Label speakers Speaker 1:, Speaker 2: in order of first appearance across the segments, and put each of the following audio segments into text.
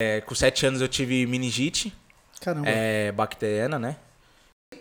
Speaker 1: É, com 7 anos eu tive meningite,
Speaker 2: Caramba.
Speaker 1: é, bacteriana, né?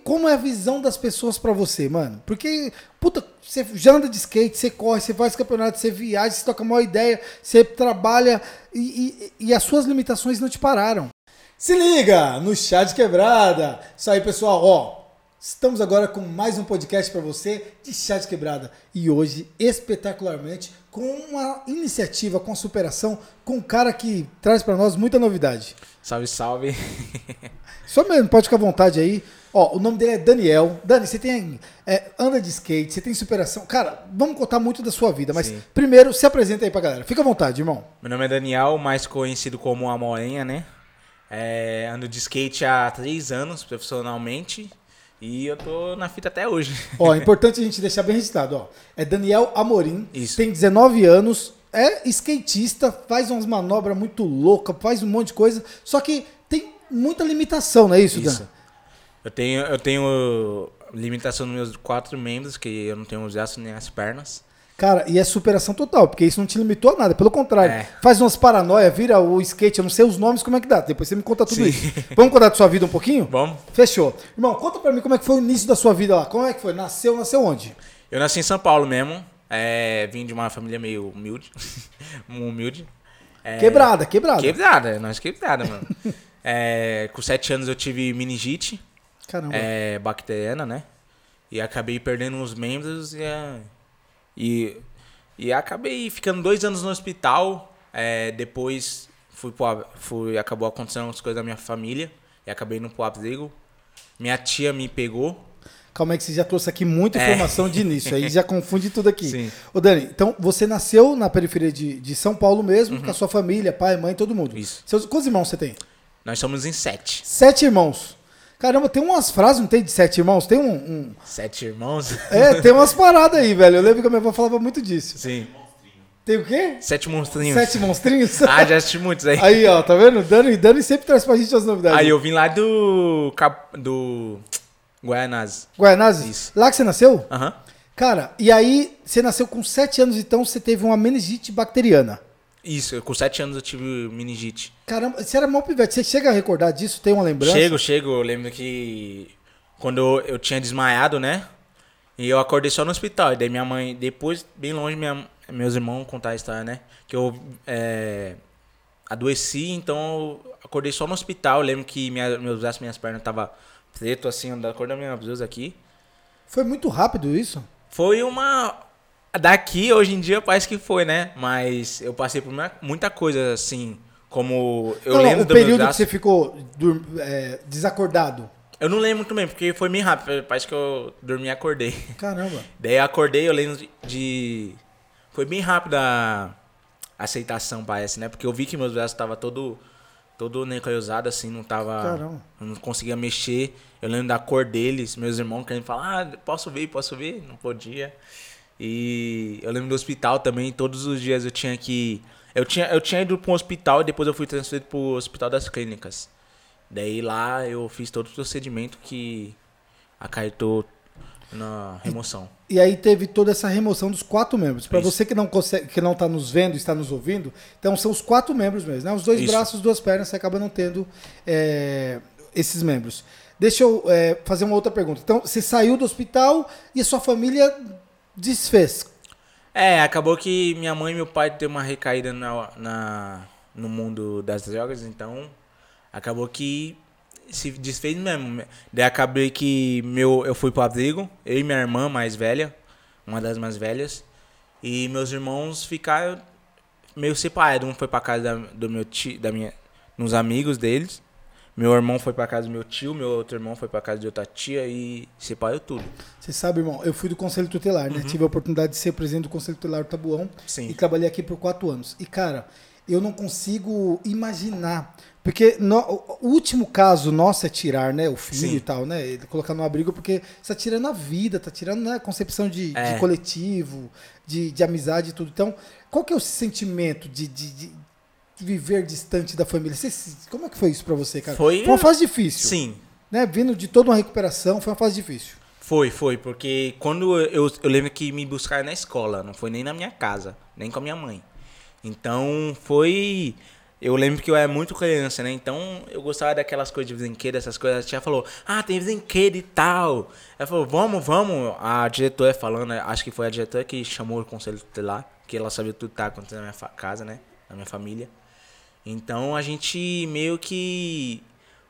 Speaker 2: Como é a visão das pessoas pra você, mano? Porque, puta, você já anda de skate, você corre, você faz campeonato, você viaja, você toca a maior ideia, você trabalha e, e- e as suas limitações não te pararam.
Speaker 3: Se liga no Chá de Quebrada. Isso aí, pessoal, ó. Estamos agora com mais um podcast para você de Chá de Quebrada. E hoje, espetacularmente, com uma iniciativa, com a superação, com um cara que traz para nós muita novidade.
Speaker 1: Salve, salve.
Speaker 2: Só mesmo, pode ficar à vontade aí.
Speaker 3: aí. Ó, o nome dele é Daniel. Dani, você tem é, anda de skate, você tem superação. Cara, vamos contar muito da sua vida, mas
Speaker 1: Sim.
Speaker 3: primeiro se apresenta aí pra galera. Fica à vontade, irmão.
Speaker 1: Meu nome é Daniel, mais conhecido como Amorenha, né? É, ando de skate há 3 anos profissionalmente e eu tô na fita até hoje.
Speaker 3: Ó, é importante a gente deixar bem registrado, ó. É Daniel Amorim,
Speaker 1: Isso.
Speaker 3: tem 19 anos, é skatista, faz umas manobras muito loucas, faz um monte de coisa, só que tem muita limitação, não é isso, Dan?
Speaker 1: Isso. Eu tenho, eu tenho limitação nos meus quatro membros, que eu não tenho os braços nem as pernas.
Speaker 3: Cara, e é superação total, porque isso não te limitou a nada, pelo contrário.
Speaker 1: É.
Speaker 3: Faz umas paranoia, vira o skate, eu não sei os nomes, como é que dá. Depois você me conta tudo
Speaker 1: Sim.
Speaker 3: isso. Vamos contar da sua vida um pouquinho?
Speaker 1: Vamos?
Speaker 3: Fechou. Irmão, conta pra mim como é que foi o início da sua vida lá. Como é que foi? Nasceu, nasceu onde?
Speaker 1: Eu nasci em São Paulo mesmo. é, vim de uma família meio humilde. Um humilde. É,
Speaker 3: Quebrada, quebrada.
Speaker 1: Quebrada, nós quebrada, mano. É, com sete anos eu tive meningite
Speaker 3: Caramba.
Speaker 1: é, bacteriana, né? E acabei perdendo os membros e, é, e, e acabei ficando dois anos no hospital. é, depois fui pro, ab- fui, acabou acontecendo umas coisas da minha família e acabei indo pro abrigo. Minha tia me pegou.
Speaker 3: Calma aí que você já trouxe aqui muita
Speaker 1: É.
Speaker 3: informação de início, aí já confunde tudo aqui.
Speaker 1: Sim.
Speaker 3: Ô Dani, então você nasceu na periferia de, de São Paulo mesmo, com a sua família, pai, mãe, todo mundo.
Speaker 1: Uhum. Isso.
Speaker 3: Seus, quantos irmãos você tem?
Speaker 1: Nós somos em sete.
Speaker 3: Sete irmãos. Caramba, tem umas frases, não tem de sete irmãos? Tem um... um-
Speaker 1: Sete irmãos?
Speaker 3: É, tem umas paradas aí, velho. Eu lembro que a minha avó falava muito disso.
Speaker 1: Sim.
Speaker 3: Tem o quê?
Speaker 1: Sete monstrinhos.
Speaker 3: Sete monstrinhos?
Speaker 1: Ah, já assisti muitos aí.
Speaker 3: Aí, ó, tá vendo? Dani, Dani sempre traz pra gente as novidades.
Speaker 1: Aí eu vim lá do. Cap- do. Guaianazes.
Speaker 3: Guaianazes?
Speaker 1: Isso.
Speaker 3: Lá que você nasceu?
Speaker 1: Aham.
Speaker 3: Cara, e aí você nasceu com 7 anos, então você teve uma meningite bacteriana.
Speaker 1: Isso, eu com sete anos eu tive meningite.
Speaker 3: Caramba, você era mó pivete. Você chega a recordar disso? Tem uma lembrança?
Speaker 1: Chego, chego. Eu lembro que. Quando eu, eu tinha desmaiado, né? E eu acordei só no hospital. E daí minha mãe, depois, bem longe, minha, meus irmãos contar a história, né? Que eu é, adoeci, então eu acordei só no hospital. Eu lembro que minha, meus braços e minhas pernas estavam preto assim, da cor da minha blusa aqui.
Speaker 3: Foi muito rápido isso?
Speaker 1: Foi uma. Daqui, hoje em dia, parece que foi, né? Mas eu passei por muita- muita coisa, assim. Como. Eu
Speaker 3: Não, não,
Speaker 1: lembro
Speaker 3: o
Speaker 1: do meu
Speaker 3: período que
Speaker 1: braço.
Speaker 3: você ficou dur- é, desacordado.
Speaker 1: Eu não lembro muito bem, porque foi bem rápido. Parece que eu dormi e acordei.
Speaker 3: Caramba.
Speaker 1: Daí eu acordei, eu lembro de. Foi bem rápida a aceitação, parece, né? Porque eu vi que meus braços estavam todo. Todo necrosado, assim, não tava.
Speaker 3: Caramba.
Speaker 1: eu Não conseguia mexer. Eu lembro da cor deles, meus irmãos querendo falar, ah, posso ver, posso ver? Não podia. E eu lembro do hospital também, todos os dias eu tinha que. Eu tinha, eu tinha ido para um hospital e depois eu fui transferido para o Hospital das Clínicas. Daí lá eu fiz todo o procedimento que acarretou na remoção.
Speaker 3: E aí teve toda essa remoção dos quatro membros. Pra
Speaker 1: Isso.
Speaker 3: você que não consegue, que não tá nos vendo, está nos ouvindo, então são os quatro membros mesmo, né? Os dois
Speaker 1: Isso.
Speaker 3: braços, duas pernas, você acaba não tendo é, esses membros. Deixa eu é, fazer uma outra pergunta. Então, você saiu do hospital e a sua família desfez.
Speaker 1: É, acabou que minha mãe e meu pai teve uma recaída na, na- no mundo das drogas, então acabou que se desfez mesmo. Daí acabei que meu, eu fui pro abrigo, eu e minha irmã mais velha, uma das mais velhas, e meus irmãos ficaram meio separados. Um foi pra casa da, do meu tio, da minha, uns amigos deles. Meu irmão foi pra casa do meu tio, meu outro irmão foi pra casa de outra tia e separou tudo.
Speaker 3: Você sabe, irmão, eu fui do Conselho Tutelar, né? Tive a oportunidade de ser presidente do Conselho Tutelar do Tabuão.
Speaker 1: Uhum. Sim.
Speaker 3: E trabalhei aqui por quatro anos. E, cara, eu não consigo imaginar. Porque no- o último caso nosso é tirar, né? O filho
Speaker 1: Sim.
Speaker 3: e tal, né? Ele colocar no abrigo, porque você tá tirando a vida, tá tirando né, a concepção de, de
Speaker 1: É.
Speaker 3: coletivo, de, de amizade e tudo. Então, qual que é o sentimento de. de- de viver distante da família. Você se- como é que foi isso pra você, cara?
Speaker 1: Foi-
Speaker 3: uma fase difícil.
Speaker 1: Sim,
Speaker 3: Né? Vindo de toda uma recuperação, foi uma fase difícil.
Speaker 1: Foi, foi, porque quando eu, eu lembro que me buscaram na escola, não foi nem na minha casa, nem com a minha mãe. Então foi Eu lembro que eu era muito criança, né? Então eu gostava daquelas coisas de brinquedo, essas coisas. A tia falou, ah, tem brinquedo e tal. Ela falou, vamos, vamos. A diretora falando, acho que foi a diretora que chamou o conselho tutelar, que ela sabia tudo que tá acontecendo na minha casa, né? Na minha família. Então a gente meio que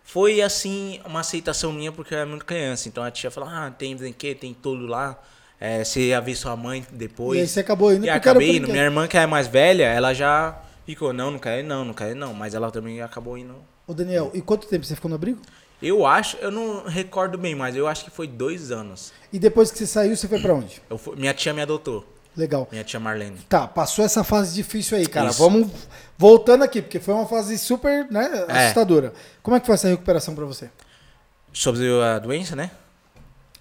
Speaker 1: foi assim uma aceitação minha porque eu era muito criança. Então a tia falou: "Ah, tem brinquedo, tem tudo lá. É, você ia ver sua mãe depois".
Speaker 3: E aí você acabou indo
Speaker 1: E
Speaker 3: porque era
Speaker 1: acabei indo.
Speaker 3: brinquedo.
Speaker 1: Minha irmã que é mais velha, ela já ficou: "Não, não quero ir não, não quero ir não", mas ela também acabou indo.
Speaker 3: Ô, Daniel, e quanto tempo você ficou no abrigo?
Speaker 1: Eu acho, eu não recordo bem, mas eu acho que foi dois anos.
Speaker 3: E depois que você saiu, você foi pra onde?
Speaker 1: Eu fui- minha tia me adotou,
Speaker 3: Legal.
Speaker 1: minha tia Marlene.
Speaker 3: Tá, passou essa fase difícil aí, cara.
Speaker 1: Isso.
Speaker 3: Vamos voltando aqui, porque foi uma fase super, né, assustadora. Como é que foi essa recuperação pra você?
Speaker 1: Sobre a doença, né?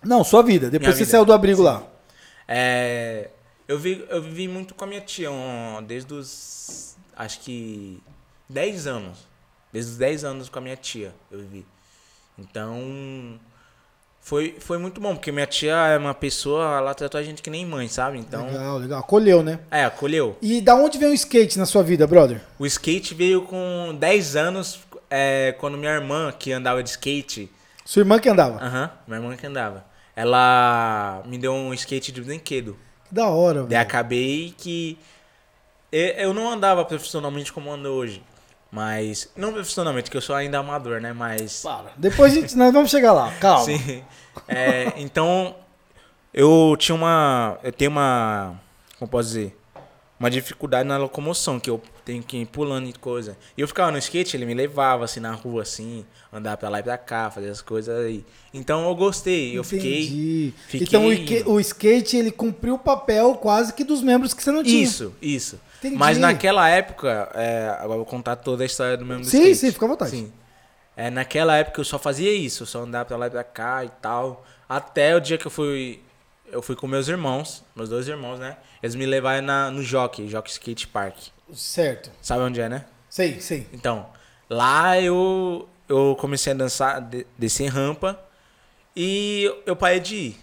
Speaker 3: Não, sua vida. Depois
Speaker 1: Minha
Speaker 3: você
Speaker 1: vida.
Speaker 3: saiu do abrigo lá.
Speaker 1: É, eu, vi, eu vivi muito com a minha tia um, desde os. Acho que. 10 anos. Desde os 10 anos com a minha tia eu vivi. Então. Foi, foi muito bom, porque minha tia é uma pessoa, ela tratou a gente que nem mãe, sabe? Então.
Speaker 3: Legal, legal. Acolheu, né?
Speaker 1: É, acolheu.
Speaker 3: E da onde veio o skate na sua vida, brother?
Speaker 1: O skate veio com 10 anos, é, quando minha irmã, que andava de skate,
Speaker 3: Sua irmã que andava.
Speaker 1: aham, minha irmã que andava, ela me deu um skate de brinquedo.
Speaker 3: Que Ah. da hora,
Speaker 1: Daí
Speaker 3: velho.
Speaker 1: acabei que. e- Eu não andava profissionalmente como ando hoje. Mas. Não profissionalmente, que eu sou ainda amador, né? Mas.
Speaker 3: Para. Depois a gente, nós vamos chegar lá. Calma.
Speaker 1: Sim. É, então, eu tinha uma. Eu tenho uma. Como posso dizer? Uma dificuldade na locomoção, que eu tenho que ir pulando e coisa. E eu ficava no skate, ele me levava assim na rua, assim, andar pra lá e pra cá, fazer as coisas aí. Então eu gostei, eu fiquei.
Speaker 3: Entendi.
Speaker 1: fiquei-
Speaker 3: Então o, ique- o skate ele cumpriu o papel quase que dos membros que você não tinha.
Speaker 1: Isso, isso.
Speaker 3: Entendi.
Speaker 1: Mas naquela época, é, agora eu vou contar toda a história do mesmo
Speaker 3: Sim,
Speaker 1: skate.
Speaker 3: sim, fica à vontade.
Speaker 1: É, naquela época eu só fazia isso, eu só andava pra lá e pra cá e tal. Até o dia que eu fui. Eu fui com meus irmãos, meus dois irmãos, né? Eles me levaram na, no Jockey, Jockey Skate Park.
Speaker 3: Certo.
Speaker 1: Sabe onde é, né?
Speaker 3: Sei, sei.
Speaker 1: Então, lá eu, eu comecei a dançar, de- descer em rampa e eu parei de ir.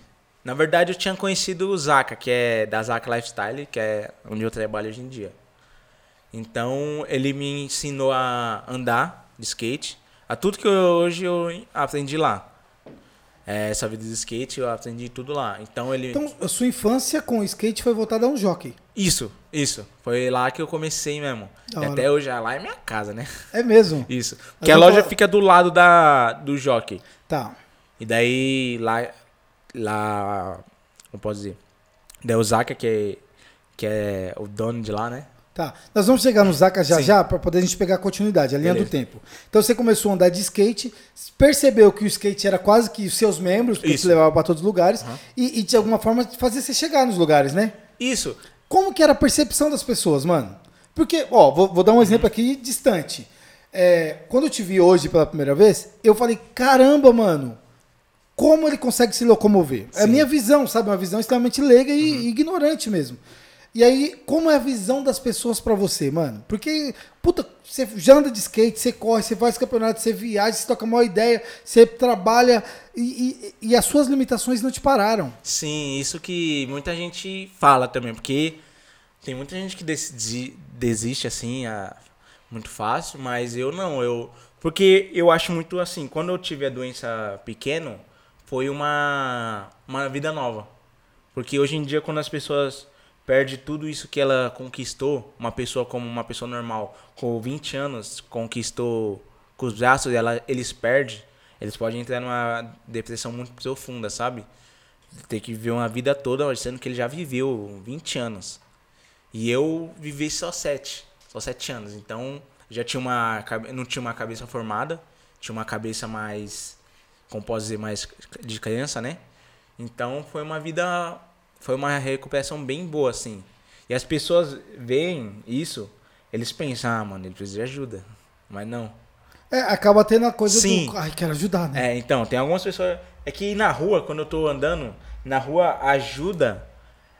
Speaker 1: Na verdade, eu tinha conhecido o Zaka, que é da Zaka Lifestyle, que é onde eu trabalho hoje em dia. Então, ele me ensinou a andar de skate, a tudo que eu, hoje eu aprendi lá. É, essa vida de skate, eu aprendi tudo lá. Então, ele...
Speaker 3: Então a sua infância com o skate foi voltada a um jockey.
Speaker 1: Isso, isso. Foi lá que eu comecei mesmo.
Speaker 3: Da
Speaker 1: E
Speaker 3: hora.
Speaker 1: até hoje, lá é minha casa, né?
Speaker 3: É mesmo.
Speaker 1: Isso.
Speaker 3: Mas
Speaker 1: Que a
Speaker 3: eu
Speaker 1: loja
Speaker 3: tô-
Speaker 1: fica do lado da, do jockey.
Speaker 3: Tá.
Speaker 1: E daí lá. Lá. Como posso dizer? Daí o Zaka, que é, que é o dono de lá, né?
Speaker 3: Tá. Nós vamos chegar no Zaka já
Speaker 1: Sim.
Speaker 3: já para poder a gente pegar a continuidade, a linha do
Speaker 1: Beleza.
Speaker 3: tempo. Então você começou a andar de skate, percebeu que o skate era quase que os seus membros, porque
Speaker 1: Isso.
Speaker 3: te levava para todos os lugares, e, e de alguma forma fazia você chegar nos lugares, né?
Speaker 1: Isso.
Speaker 3: Como que era a percepção das pessoas, mano? Porque, ó, vou, vou dar um exemplo aqui distante. É, quando eu te vi hoje pela primeira vez, eu falei, caramba, mano, como ele consegue se locomover? É a
Speaker 1: Sim. Uhum.
Speaker 3: minha visão, sabe? Uma visão extremamente leiga e ignorante mesmo. E aí, como é a visão das pessoas pra você, mano? Porque, puta, você já anda de skate, você corre, você faz campeonato, você viaja, você toca a maior ideia, você trabalha e- e- e as suas limitações não te pararam.
Speaker 1: Sim, isso que muita gente fala também, porque tem muita gente que des- de- desiste assim, a- muito fácil, mas eu não, eu. Porque eu acho muito assim, quando eu tive a doença pequeno, foi uma, uma vida nova. Porque hoje em dia, quando as pessoas perdem tudo isso que ela conquistou, uma pessoa como uma pessoa normal, com 20 anos, conquistou com os braços, ela, eles perdem, eles podem entrar numa depressão muito profunda, sabe? Ter que viver uma vida toda, sendo que ele já viveu 20 anos. E eu vivi só sete, só sete anos. Então, já tinha uma, cabe- não tinha uma cabeça formada, tinha uma cabeça mais, como posso dizer, mais de criança, né? Então, foi uma vida, foi uma recuperação bem boa, assim. E as pessoas veem isso, eles pensam, ah, mano, ele precisa de ajuda. Mas não.
Speaker 3: É, acaba tendo a coisa
Speaker 1: Sim.
Speaker 3: do. Ai, quero ajudar, né?
Speaker 1: É, então, tem algumas pessoas. É que na rua, quando eu tô andando, na rua ajuda,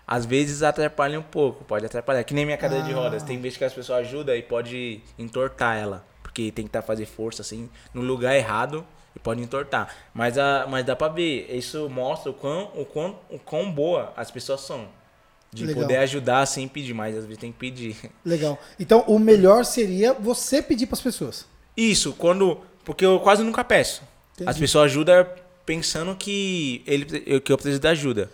Speaker 1: às vezes atrapalha um pouco, pode atrapalhar. é Que nem minha cadeira de rodas. Tem vezes que as pessoas ajudam e pode entortar ela. Porque tem que tá fazer força assim no lugar errado e pode entortar. Mas, a, mas dá pra ver, isso mostra o quão, o, quão, o quão boa as pessoas são. De
Speaker 3: Legal.
Speaker 1: poder ajudar sem pedir, mas às vezes tem que pedir.
Speaker 3: Legal. Então, o melhor seria você pedir pras pessoas.
Speaker 1: Isso, quando. Porque eu quase nunca peço.
Speaker 4: Entendi.
Speaker 1: As pessoas ajudam pensando que, ele, eu- que eu preciso da ajuda.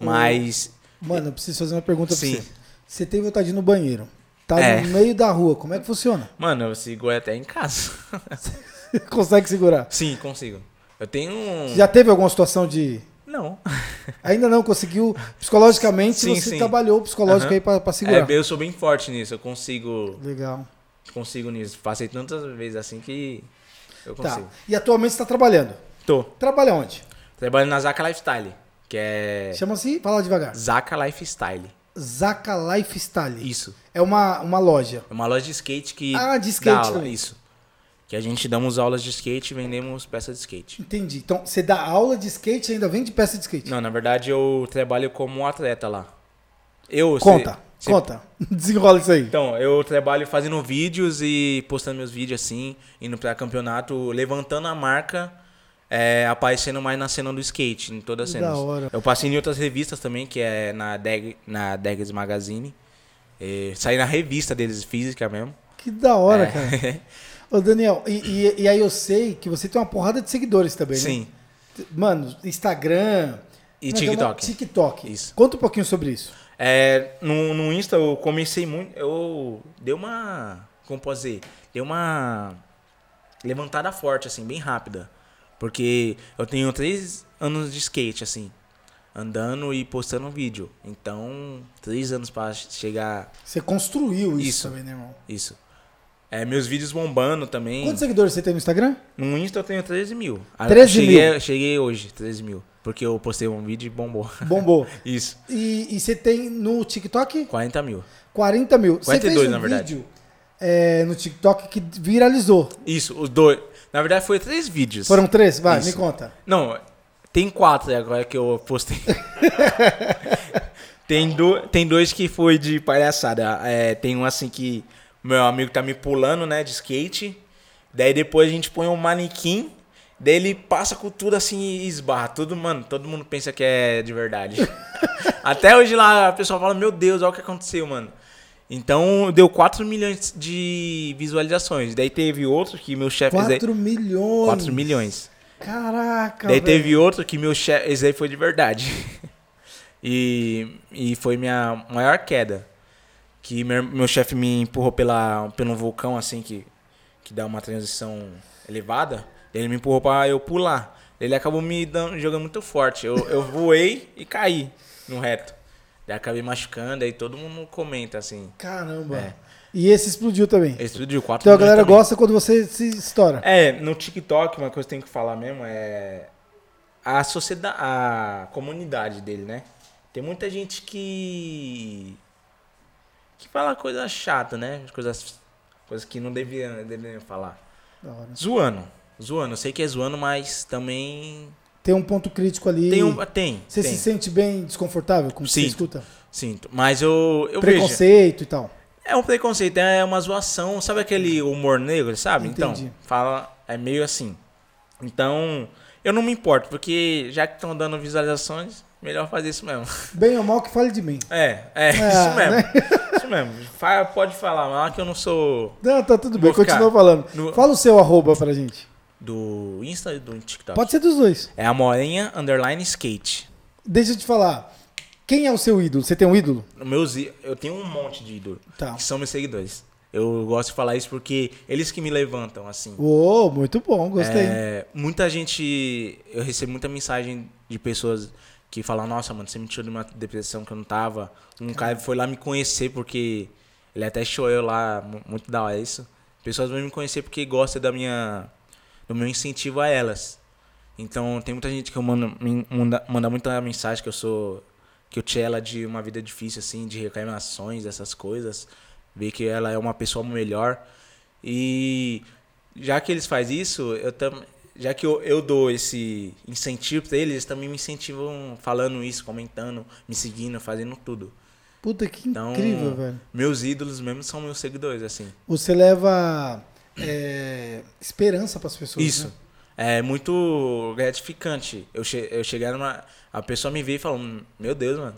Speaker 3: Hum.
Speaker 1: Mas.
Speaker 3: Mano, eu preciso fazer uma pergunta
Speaker 1: Sim.
Speaker 3: pra você. Você tem vontade de ir no banheiro. Tá
Speaker 1: É.
Speaker 3: no meio da rua. Como é que funciona?
Speaker 1: Mano, eu seguro até em casa.
Speaker 3: Consegue segurar?
Speaker 1: Sim, consigo. Eu tenho. um-
Speaker 3: Já teve alguma situação de.
Speaker 1: Não.
Speaker 3: Ainda não conseguiu psicologicamente,
Speaker 1: Sim,
Speaker 3: você
Speaker 1: sim.
Speaker 3: trabalhou o psicológico
Speaker 1: Aham.
Speaker 3: aí pra, pra
Speaker 1: É,
Speaker 3: segurar.
Speaker 1: eu sou bem forte nisso. Eu consigo.
Speaker 3: Legal.
Speaker 1: Consigo nisso. Passei tantas vezes assim que. Eu consigo.
Speaker 3: Tá. E atualmente você tá trabalhando?
Speaker 1: Tô.
Speaker 3: Trabalha onde?
Speaker 1: Trabalho na Zaca Lifestyle. Que é.
Speaker 3: Chama-se, fala devagar.
Speaker 1: Zaca Lifestyle.
Speaker 3: Zaca Lifestyle.
Speaker 1: Isso.
Speaker 3: É uma, uma loja.
Speaker 1: É uma loja de skate que.
Speaker 3: Ah, de
Speaker 1: dá
Speaker 3: skate
Speaker 1: aula,
Speaker 3: também.
Speaker 1: Isso. Que a gente damos aulas de skate e vendemos peças de skate.
Speaker 3: Entendi. Então, você dá aula de skate e ainda vende peça de skate.
Speaker 1: Não, na verdade eu trabalho como atleta lá. Eu.
Speaker 3: Conta,
Speaker 1: cê- cê-
Speaker 3: conta. Desenrola isso aí.
Speaker 1: Então, eu trabalho fazendo vídeos e postando meus vídeos assim, indo pra campeonato, levantando a marca, é, aparecendo mais na cena do skate, em todas as
Speaker 3: Que
Speaker 1: cenas.
Speaker 3: da hora.
Speaker 1: Eu passei em outras revistas também, que é na Deg, na Degs Magazine. É, saí na revista deles, física mesmo.
Speaker 3: Que da hora,
Speaker 1: É.
Speaker 3: cara. Ô, Daniel, e, e- e aí eu sei que você tem uma porrada de seguidores também, né?
Speaker 1: Sim.
Speaker 3: Mano, Instagram.
Speaker 1: E
Speaker 3: Como é que é o nome?
Speaker 1: TikTok.
Speaker 3: TikTok.
Speaker 1: Isso.
Speaker 3: Conta um pouquinho sobre isso.
Speaker 1: É, no, no Insta eu comecei muito. Eu dei uma. Como posso dizer? Dei uma levantada forte, assim, bem rápida. Porque eu tenho três anos de skate, assim. Andando e postando um vídeo. Então, três anos pra chegar
Speaker 3: Você construiu isso,
Speaker 1: Isso.
Speaker 3: também, né, irmão?
Speaker 1: isso. É, meus vídeos bombando também.
Speaker 3: Quantos seguidores você tem no Instagram?
Speaker 1: No Insta eu tenho 13 mil. Ah,
Speaker 3: 13
Speaker 1: cheguei,
Speaker 3: mil?
Speaker 1: Cheguei hoje, 13 mil. Porque eu postei um vídeo e bombou.
Speaker 3: Bombou.
Speaker 1: Isso,
Speaker 3: E, e você tem no TikTok
Speaker 1: 40 mil.
Speaker 3: 40 mil. Você
Speaker 1: 42,
Speaker 3: fez um
Speaker 1: na verdade.
Speaker 3: vídeo é, no TikTok que viralizou.
Speaker 1: Isso, os dois. Na verdade, foi três vídeos.
Speaker 3: Foram três? Vai,
Speaker 1: Isso.
Speaker 3: me conta.
Speaker 1: Não, tem quatro agora que eu postei. tem, do, tem dois que foi de palhaçada. É, tem um assim que meu amigo tá me pulando, né, de skate. Daí depois a gente põe um manequim. Daí ele passa com tudo assim e esbarra. Tudo, mano, todo mundo pensa que é de verdade. Até hoje lá a pessoa fala, meu Deus, olha o que aconteceu, mano. Então deu 4 milhões de visualizações. Daí teve outro que meu chefe...
Speaker 3: 4 milhões.
Speaker 1: 4 milhões.
Speaker 3: Caraca,
Speaker 1: Daí
Speaker 3: velho.
Speaker 1: teve outro que meu chefe. Esse aí foi de verdade. e, e foi minha maior queda. Que meu, meu chefe me empurrou pela, pelo vulcão, assim, que, que dá uma transição elevada. Ele me empurrou pra eu pular. Ele acabou me dando- jogando muito forte. Eu, eu voei e caí no reto. Daí acabei machucando, aí todo mundo comenta assim.
Speaker 3: Caramba.
Speaker 1: É.
Speaker 3: E esse explodiu também.
Speaker 1: Estúdio 4
Speaker 3: Então a galera gosta quando você se estoura.
Speaker 1: É, no TikTok, uma coisa que eu tenho que falar mesmo é a sociedade, a comunidade dele, né? Tem muita gente que que fala coisa chata, né? Coisas coisas que não deveria, deveria falar.
Speaker 3: Da hora.
Speaker 1: Zoando, zoando, eu sei que é zoando, mas também
Speaker 3: Tem um ponto crítico ali.
Speaker 1: tem um, tem,
Speaker 3: Você
Speaker 1: tem.
Speaker 3: se sente bem desconfortável com o que você
Speaker 1: Sim.
Speaker 3: escuta?
Speaker 1: Sinto, mas eu eu vejo.
Speaker 3: Preconceito e tal.
Speaker 1: É um preconceito, é uma zoação, sabe aquele humor negro, sabe?
Speaker 3: Entendi.
Speaker 1: Então, fala, é meio assim. Então, eu não me importo, porque já que estão dando visualizações, melhor fazer isso mesmo.
Speaker 3: Bem ou mal que fale de mim.
Speaker 1: É, é, isso
Speaker 3: né?
Speaker 1: mesmo. Isso mesmo. Fa- pode falar, mas que eu não sou
Speaker 3: Não, tá tudo bem,
Speaker 1: Vou ficar
Speaker 3: continua falando.
Speaker 1: no-
Speaker 3: Fala o seu arroba pra gente.
Speaker 1: do Insta e do TikTok.
Speaker 3: Pode ser dos dois.
Speaker 1: É a Morinha Underline Skate.
Speaker 3: Deixa eu te falar. Quem é o seu ídolo? Você tem um ídolo?
Speaker 1: Meus, í- eu tenho um monte de ídolo,
Speaker 3: Tá.
Speaker 1: que são meus seguidores. Eu gosto de falar isso porque eles que me levantam, assim.
Speaker 3: Ô, muito bom, gostei.
Speaker 1: É, muita gente. Eu recebo muita mensagem de pessoas que falam: Nossa, mano, você me tirou de uma depressão que eu não tava. Um cara foi lá me conhecer porque. Ele até chorou lá, mu- muito da hora isso. Pessoas vão me conhecer porque gostam da minha. do meu incentivo a elas. Então tem muita gente que eu mando me manda, manda muita mensagem que eu sou. que eu tirei ela de uma vida difícil, assim, de reclamações, essas coisas. Ver que ela é uma pessoa melhor. E já que eles fazem isso, eu tam, já que eu, eu dou esse incentivo pra eles, eles também me incentivam falando isso, comentando, me seguindo, fazendo tudo.
Speaker 3: Puta, que
Speaker 1: Então,
Speaker 3: incrível, velho.
Speaker 1: meus ídolos mesmo são meus seguidores, assim.
Speaker 3: Você leva é, esperança pras pessoas.
Speaker 1: Isso.
Speaker 3: né?
Speaker 1: É muito "Hum, gratificante. Eu, che eu chegar numa. A pessoa me vê e fala: Meu Deus, mano.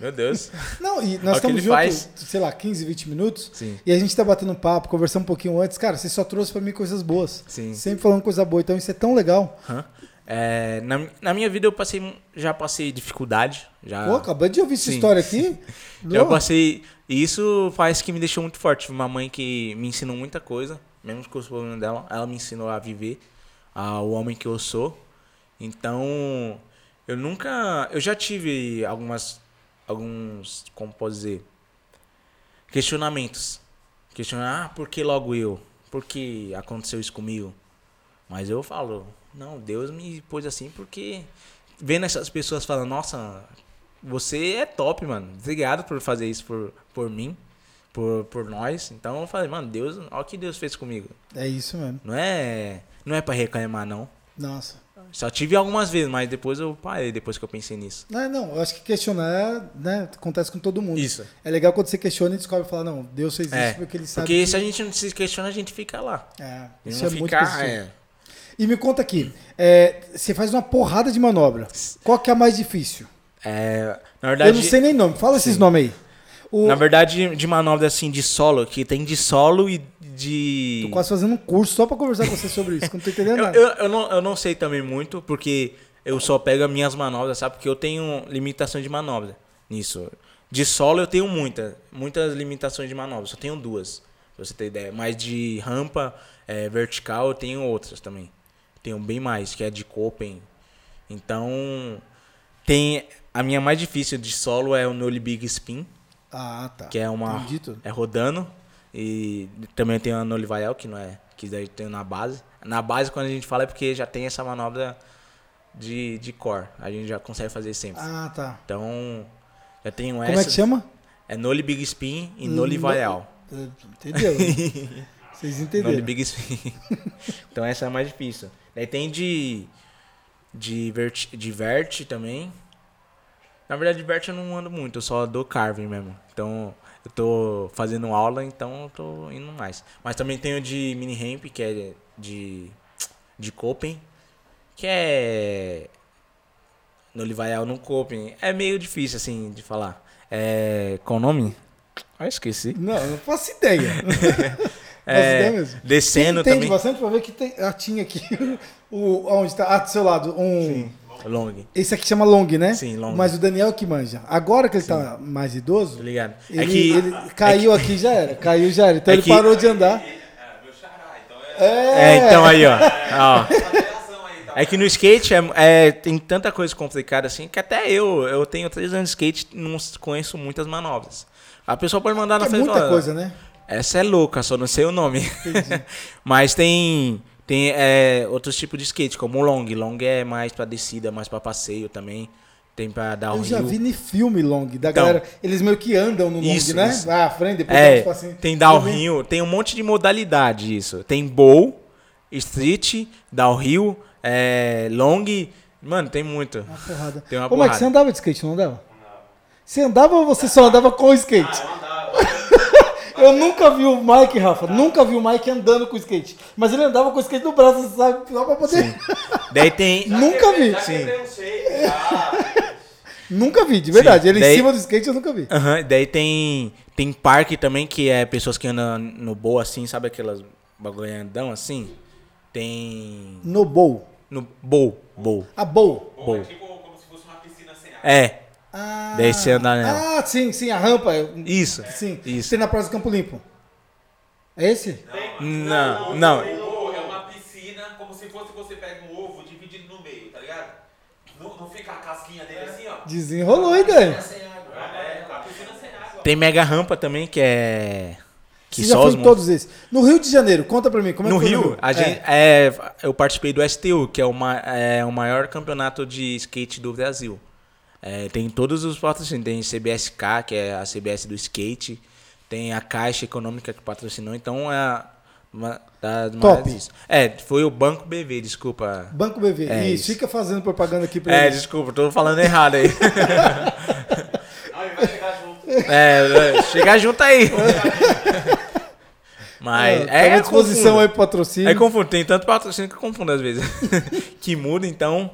Speaker 1: Meu Deus.
Speaker 3: Não,
Speaker 1: É
Speaker 3: e nós
Speaker 1: o que
Speaker 3: estamos
Speaker 1: ele
Speaker 3: juntos,
Speaker 1: faz.
Speaker 3: sei lá, 15, 20 minutos.
Speaker 1: Sim.
Speaker 3: E a gente tá batendo papo, conversando um pouquinho antes. Cara, você só trouxe pra mim coisas boas.
Speaker 1: Sim.
Speaker 3: Sempre falando coisa boa. Então isso é tão legal.
Speaker 1: Hã? É, na, na minha vida eu passei, mu- já passei dificuldade. Já,
Speaker 3: Pô, acabei de ouvir essa
Speaker 1: Ah. Sim.
Speaker 3: história aqui.
Speaker 1: eu
Speaker 3: Lô,
Speaker 1: passei. E isso faz que me deixou muito forte. Tive uma mãe que me ensinou muita coisa, mesmo com os problemas dela. Ela me ensinou a viver, ao homem que eu sou. Então, eu nunca. Eu já tive algumas. Alguns. Como posso dizer? Questionamentos. Questionar, ah, por que logo eu? Por que aconteceu isso comigo? Mas eu falo, não, Deus me pôs assim porque vendo essas pessoas falando, nossa, você é top, mano. Obrigado por fazer isso por, por mim, por, por nós. Então eu falei, mano, Deus, olha o que Deus fez comigo.
Speaker 3: É isso mesmo.
Speaker 1: Não é, não é para reclamar não.
Speaker 3: Nossa.
Speaker 1: Só tive algumas vezes, mas depois eu parei depois que eu pensei nisso.
Speaker 3: Não, não, eu acho que questionar, né, acontece com todo mundo.
Speaker 1: Isso.
Speaker 3: É legal quando você questiona e descobre e fala, não, Deus fez isso
Speaker 1: É,
Speaker 3: porque ele sabe.
Speaker 1: porque se a gente não se questiona, a gente fica lá.
Speaker 3: que- É,
Speaker 1: E
Speaker 3: isso
Speaker 1: não
Speaker 3: é muito
Speaker 1: ficar,
Speaker 3: positivo.
Speaker 1: é,
Speaker 3: E me conta aqui, é, você faz uma porrada de manobra. Qual que é a mais difícil?
Speaker 1: é, na
Speaker 3: Eu
Speaker 1: verdade,
Speaker 3: não sei nem nome, fala esses nomes aí. O,
Speaker 1: na verdade de manobra assim de solo, que tem de solo e de
Speaker 3: Tô quase fazendo um curso só pra conversar com você sobre isso, que eu não tô entendendo
Speaker 1: Eu,
Speaker 3: nada.
Speaker 1: eu, eu não, eu não sei também muito, porque eu só pego as minhas manobras, sabe? Porque eu tenho limitação de manobra nisso. De solo eu tenho muita, muitas limitações de manobra, só tenho duas, pra você ter ideia. Mas de rampa eh, vertical eu tenho outras também. Tenho bem mais, que é de Copen. Então, tem a minha mais difícil de solo é o Nolly Big Spin,
Speaker 3: Ah, tá.
Speaker 1: que é uma
Speaker 3: Entendi tudo.
Speaker 1: é rodando e também tem a Nolivaiel que não é que daí tem na base na base quando a gente fala é porque já tem essa manobra de, de core a gente já consegue fazer sempre
Speaker 3: Ah, tá.
Speaker 1: então já tenho essa
Speaker 3: Como é que chama?
Speaker 1: é Noli Big Spin e Nolivaiel
Speaker 3: Eh, Entendeu? né? Vocês
Speaker 1: Noli
Speaker 3: entenderam.
Speaker 1: Big Spin então essa é a mais difícil daí tem de de vert de vert também na verdade de vert eu não ando muito eu só dou carving mesmo então eu tô fazendo aula, então eu tô indo mais. Mas também tenho de mini ramp, que é de. de Copen, que é. No Livaial no Copen. É meio difícil, assim, de falar. É. Qual o nome? Ah, esqueci.
Speaker 3: Não, não faço ideia.
Speaker 1: É,
Speaker 3: ideia mesmo.
Speaker 1: Descendo
Speaker 3: Entende
Speaker 1: também.
Speaker 3: bastante pra ver que tem. Ah, tinha aqui. O, onde tá? Ah, do seu lado. Um.
Speaker 1: Long,
Speaker 3: Esse aqui chama long, né?
Speaker 1: Sim, long.
Speaker 3: Mas o Daniel que manja. Agora que ele tá mais
Speaker 1: tá
Speaker 3: idoso,
Speaker 1: ligado?
Speaker 3: ele,
Speaker 1: é que.
Speaker 3: ele caiu aqui já era. Caiu já era. Então
Speaker 1: É
Speaker 3: ele
Speaker 1: que-
Speaker 3: parou de andar.
Speaker 1: É,
Speaker 3: É,
Speaker 1: então aí, ó. Ó.
Speaker 3: então.
Speaker 1: É que no skate é, é- tem tanta coisa complicada assim que até eu, eu tenho três anos de skate não conheço muitas manobras. A pessoa pode mandar tá na
Speaker 3: É
Speaker 1: frente e
Speaker 3: muita
Speaker 1: falar,
Speaker 3: coisa, né?
Speaker 1: Essa é louca, só não sei o nome. Mas tem tem é, outros tipos de skate, como o long. Long é mais pra descida, mais pra passeio também. Tem pra dar um
Speaker 3: Eu já vi em filme long da
Speaker 1: Então.
Speaker 3: galera. Eles meio que andam no long,
Speaker 1: Isso,
Speaker 3: né?
Speaker 1: isso.
Speaker 3: Vai à frente, depois dá um
Speaker 1: É,
Speaker 3: espacinho.
Speaker 1: tem downhill, tem um monte de modalidade isso. Tem bowl, street, downhill, é, long. Mano, tem muito.
Speaker 3: Uma porrada.
Speaker 1: Tem uma
Speaker 3: Ô, Mike,
Speaker 1: porrada.
Speaker 3: você andava de skate, não andava? Você andava ou você só andava com o skate? eu nunca vi o Mike, Rafa, nunca vi o Mike andando com o skate. Mas ele andava com o skate no braço, você sabe, só pra poder.
Speaker 1: Daí tem.
Speaker 3: nunca vi.
Speaker 1: Sim.
Speaker 3: Nunca vi, de verdade. ele em
Speaker 1: Daí-
Speaker 3: cima do skate eu nunca vi.
Speaker 1: Aham, daí tem. Tem parque também, que é pessoas que andam no bowl assim, sabe aquelas bagulhandão assim? Tem.
Speaker 3: No bowl.
Speaker 1: No bowl. Bowl.
Speaker 3: A bowl.
Speaker 1: Bowl.
Speaker 5: Tipo, como se fosse uma piscina sem água.
Speaker 1: É.
Speaker 3: Ah,
Speaker 1: Daí você anda nela.
Speaker 3: Ah, sim, sim, a rampa.
Speaker 1: Isso.
Speaker 3: Sim.
Speaker 1: Isso.
Speaker 3: Tem na Praça do Campo Limpo. É esse?
Speaker 1: Não, não.
Speaker 5: O ovo é uma piscina, como se fosse você pega um ovo dividido no meio, tá ligado? Não, não fica a casquinha dele assim, ó.
Speaker 3: Desenrolou, hein, Dani?
Speaker 5: É, a piscina sem água.
Speaker 1: Tem mega rampa também, que é. Que
Speaker 3: Você já
Speaker 1: só
Speaker 3: foi
Speaker 1: os
Speaker 3: em
Speaker 1: mon-
Speaker 3: todos esses. No Rio de Janeiro, conta pra mim, como
Speaker 1: no
Speaker 3: é que foi
Speaker 1: Rio,
Speaker 3: no Rio?
Speaker 1: a gente, é, eu participei do STU, que é, uma, é o maior campeonato de skate do Brasil. É, tem todos os patrocínios. Tem CBSK, que é a CBS do skate. Tem a Caixa Econômica que patrocinou. Então é a- uma das
Speaker 3: Top.
Speaker 1: maiores- É, foi o Banco BV, desculpa.
Speaker 3: Banco BV.
Speaker 1: É
Speaker 3: isso,
Speaker 1: isso.
Speaker 3: fica fazendo propaganda aqui pra
Speaker 1: É,
Speaker 3: eles.
Speaker 1: desculpa, tô falando errado aí.
Speaker 5: Não, ele vai chegar junto.
Speaker 1: é, é, chega junto aí. Mas
Speaker 3: Ah, tá
Speaker 1: é
Speaker 3: à disposição
Speaker 1: confuso.
Speaker 3: aí pro patrocínio.
Speaker 1: É confundo, tem tanto patrocínio que confunde às vezes. que muda, então.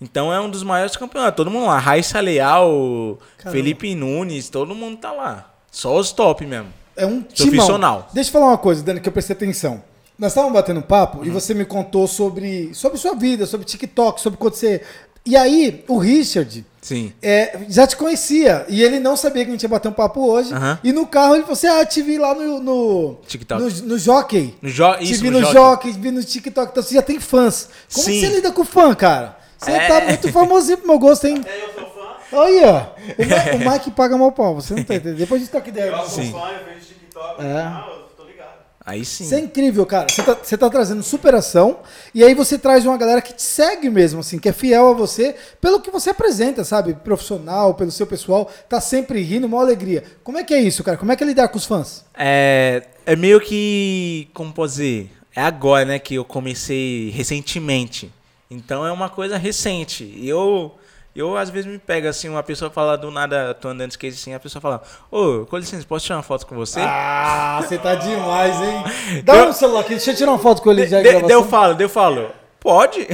Speaker 1: Então é um dos maiores campeonatos. Todo mundo lá. Raíssa Leal,
Speaker 2: Caramba.
Speaker 1: Felipe Nunes, todo mundo tá lá. Só os top mesmo.
Speaker 2: É um
Speaker 1: Sou
Speaker 2: timão.
Speaker 1: profissional.
Speaker 3: Deixa eu falar uma coisa, Dani, que eu prestei atenção. Nós estávamos batendo um papo
Speaker 1: Uhum.
Speaker 3: e você me contou sobre, sobre sua vida, sobre TikTok, sobre quando você. E aí, o Richard
Speaker 1: Sim.
Speaker 3: é, já te conhecia e ele não sabia que a gente ia bater um papo hoje.
Speaker 1: Aham.
Speaker 3: E no carro ele falou assim: Ah, te vi lá no. No,
Speaker 1: TikTok.
Speaker 3: no, no Jockey.
Speaker 1: No jo
Speaker 3: Te
Speaker 1: isso,
Speaker 3: vi
Speaker 1: no
Speaker 3: no
Speaker 1: jockey.
Speaker 3: Jockey, te vi no TikTok. Então você já tem fãs. Como que
Speaker 1: Sim. É.
Speaker 3: você lida com fã, cara? Você tá muito famosinho pro meu gosto, hein?
Speaker 5: Até eu sou fã,
Speaker 3: Aí, ó. O, Ma- o Mike paga mal pau, você não tá entendendo. Depois a gente toca ideia.
Speaker 5: eu sou
Speaker 1: Sim.
Speaker 5: fã, eu vejo TikTok,
Speaker 3: É.
Speaker 5: ah, eu tô ligado.
Speaker 1: Aí sim.
Speaker 3: Isso é incrível, cara. Você tá, você tá trazendo superação e aí você traz uma galera que te segue mesmo, assim, que é fiel a você pelo que você apresenta, sabe? Profissional, pelo seu pessoal, tá sempre rindo, uma alegria. Como é que é isso, cara? Como é que é lidar com os fãs?
Speaker 1: É, é meio que, como posso dizer, é agora, né, que eu comecei recentemente. Então é uma coisa recente. E Eu, eu às vezes me pego assim, uma pessoa fala do nada, tô andando de skate assim, a pessoa fala, ô, com licença, posso tirar uma foto com você?
Speaker 3: Ah, você tá demais, hein? Dá
Speaker 1: Eu-
Speaker 3: um celular aqui, deixa eu tirar uma foto com ele já em
Speaker 1: De- daí eu
Speaker 3: gravação.
Speaker 1: falo, daí eu falo, pode?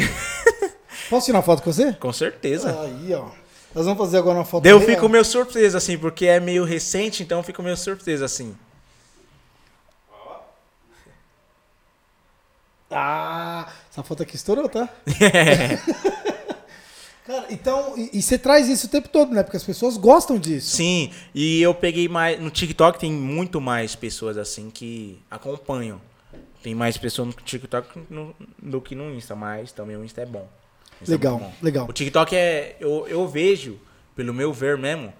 Speaker 3: Posso tirar uma foto com você?
Speaker 1: com certeza.
Speaker 3: Aí, ó. Nós vamos fazer agora uma foto
Speaker 1: Daí eu
Speaker 3: real.
Speaker 1: fico meio surpreso, assim, porque é meio recente, então eu fico meio surpreso, assim.
Speaker 3: Ah, essa foto aqui estourou, tá? Cara, então, e, e você traz isso o tempo todo, né? Porque as pessoas gostam disso.
Speaker 1: Sim, e eu peguei mais. No TikTok tem muito mais pessoas assim que acompanham. Tem mais pessoas no TikTok no- do que no Insta, mas também o Insta é bom. O Insta é
Speaker 3: Legal,
Speaker 1: muito bom.
Speaker 3: legal.
Speaker 1: O TikTok é. Eu, eu vejo, pelo meu ver mesmo,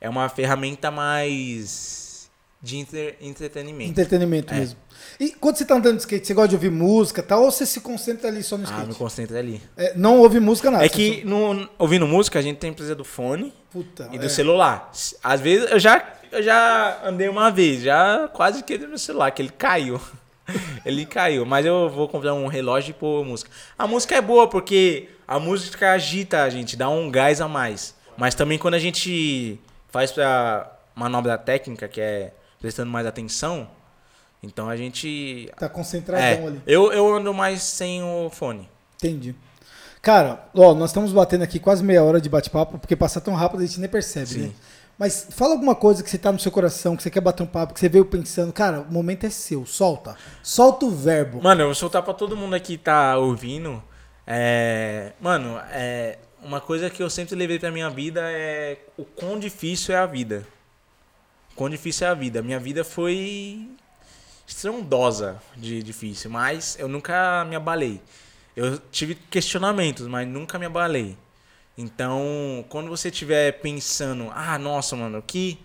Speaker 1: é uma ferramenta mais de entre- entretenimento.
Speaker 3: Entretenimento
Speaker 1: É.
Speaker 3: mesmo. E quando você tá andando de skate, você gosta de ouvir música e tal, ou você se concentra ali só no
Speaker 1: ah, me
Speaker 3: skate?
Speaker 1: concentra ali.
Speaker 3: É, não ouve música nada.
Speaker 1: é
Speaker 3: você
Speaker 1: que no, ouvindo música a gente tem precisa do fone
Speaker 3: só- Puta,
Speaker 1: e do
Speaker 3: é.
Speaker 1: celular. Às vezes eu já, eu já andei uma vez, já quase que meu celular, que ele caiu. ele caiu, mas eu vou comprar um relógio e pôr música. A música é boa porque a música agita a gente, dá um gás a mais. Mas também quando a gente faz pra manobra técnica, que é prestando mais atenção, então a gente.
Speaker 3: Tá concentradão
Speaker 1: É,
Speaker 3: ali.
Speaker 1: eu, eu ando mais sem o fone.
Speaker 3: Entendi. Cara, ó, nós estamos batendo aqui quase meia hora de bate-papo, porque passa tão rápido a gente nem percebe,
Speaker 1: Sim.
Speaker 3: né? Mas fala alguma coisa que você tá no seu coração, que você quer bater um papo, que você veio pensando, cara, o momento é seu, solta. Solta o verbo.
Speaker 1: Mano, eu vou soltar pra todo mundo aqui que tá ouvindo. É, Mano, é... uma coisa que eu sempre levei pra minha vida é o quão difícil é a vida. O quão difícil é a vida. Minha vida foi estrondosa de difícil, mas eu nunca me abalei. Eu tive questionamentos, mas nunca me abalei. Então, quando você estiver pensando, ah, nossa, mano, o que,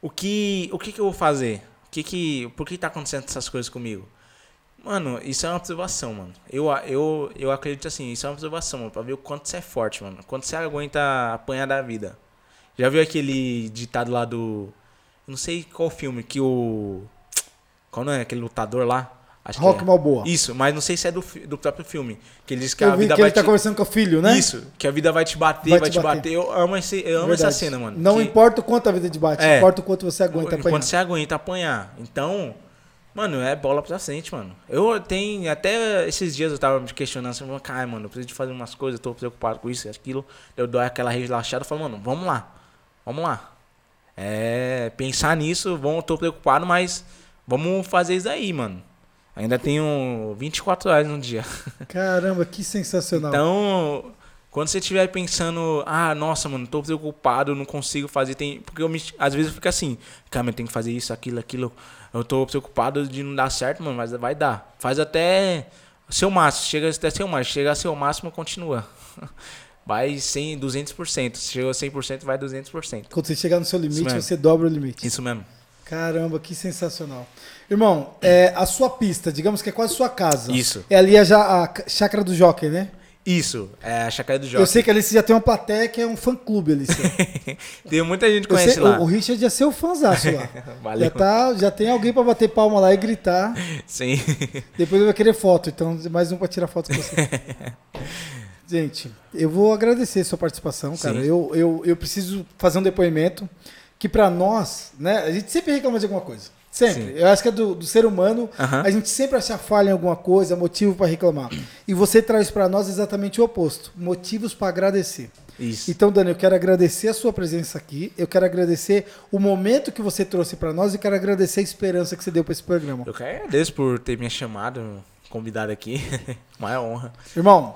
Speaker 1: o que, o que, que eu vou fazer? O que que, por que tá acontecendo essas coisas comigo? Mano, isso é uma observação, mano. Eu, a- eu, eu acredito assim, isso é uma observação, mano, pra ver o quanto você é forte, mano. Quanto você aguenta apanhar da vida. Já viu aquele ditado lá do. eu Não sei qual filme, que o. Qual não é? Aquele lutador lá? Acho
Speaker 3: Rock
Speaker 1: é.
Speaker 3: Balboa.
Speaker 1: Isso, mas não sei se é do, fi- do próprio filme. Que ele diz que
Speaker 3: eu
Speaker 1: a
Speaker 3: vi
Speaker 1: vida
Speaker 3: que
Speaker 1: vai
Speaker 3: ele tá
Speaker 1: te-
Speaker 3: conversando com o filho, né?
Speaker 1: isso, que a vida vai te bater,
Speaker 3: Vai
Speaker 1: vai,
Speaker 3: te
Speaker 1: te
Speaker 3: bater.
Speaker 1: bater. Eu amo, esse, eu amo essa
Speaker 3: Verdade.
Speaker 1: cena, mano.
Speaker 3: Não
Speaker 1: que-
Speaker 3: importa o quanto a vida te bate,
Speaker 1: É.
Speaker 3: importa o quanto você aguenta apanhar.
Speaker 1: Quando você aguenta apanhar. Então, mano, é bola pra frente, mano. Eu tenho. Até esses dias eu tava me questionando assim, falando, cara, mano, eu preciso de fazer umas coisas, eu tô preocupado com isso e aquilo. Eu dou aquela relaxada e falo, mano, vamos lá. Vamos lá. É. Pensar nisso, vamos, tô preocupado, mas vamos fazer isso aí, mano. Ainda tenho 24 horas no dia.
Speaker 3: Caramba, que sensacional.
Speaker 1: Então, quando você estiver pensando, ah, nossa, mano, tô preocupado, não consigo fazer, tem... porque eu me... às vezes eu fico assim, cara, mas tem que fazer isso, aquilo, aquilo. Eu tô preocupado de não dar certo, mano, mas vai dar. Faz até seu máximo, chega até seu máximo, chega a seu máximo, continua. Vai 100, 200%. Se chegou a 100%, vai 200%.
Speaker 3: Quando você chegar no seu limite,
Speaker 1: Isso mesmo.
Speaker 3: você dobra o limite.
Speaker 1: Isso mesmo.
Speaker 3: Caramba, que sensacional. Irmão, é, a sua pista, digamos que é quase sua casa.
Speaker 1: Isso.
Speaker 3: É ali a, ja- a c- chácara do Jockey, né?
Speaker 1: Isso, é a chacaia do
Speaker 3: Eu
Speaker 1: Jorge.
Speaker 3: sei que ali você já tem uma plateia que é um fã-clube ali. seu.
Speaker 1: Tem muita gente que
Speaker 3: Eu
Speaker 1: conhece
Speaker 3: sei-
Speaker 1: lá.
Speaker 3: O, o Richard ia ser o fãzaço lá.
Speaker 1: Valeu.
Speaker 3: Já, tá, já tem alguém pra bater palma lá e gritar.
Speaker 1: Sim.
Speaker 3: Depois ele vai querer foto, então mais um pra tirar foto com você. Gente, eu vou agradecer a sua participação, cara.
Speaker 1: Sim.
Speaker 3: Eu, eu, eu preciso fazer um depoimento que pra nós, né? A gente sempre reclama de alguma coisa. Sempre. Eu acho que é do, do ser humano
Speaker 1: Aham.
Speaker 3: a gente sempre achar falha em alguma coisa, motivo para reclamar. E você traz para nós exatamente o oposto: motivos para agradecer.
Speaker 1: Isso.
Speaker 3: Então, Dani, eu quero agradecer a sua presença aqui. Eu quero agradecer o momento que você trouxe para nós e quero agradecer a esperança que você deu para esse programa.
Speaker 1: Eu quero agradecer por ter me chamado, convidado aqui. Maior honra.
Speaker 3: Irmão,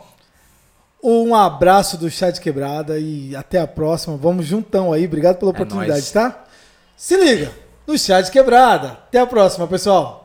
Speaker 3: um abraço do Chá de Quebrada e até a próxima. Vamos juntão aí. Obrigado pela oportunidade,
Speaker 1: nóis.
Speaker 3: tá?
Speaker 6: Se liga, no Chá de Quebrada. Até a próxima, pessoal.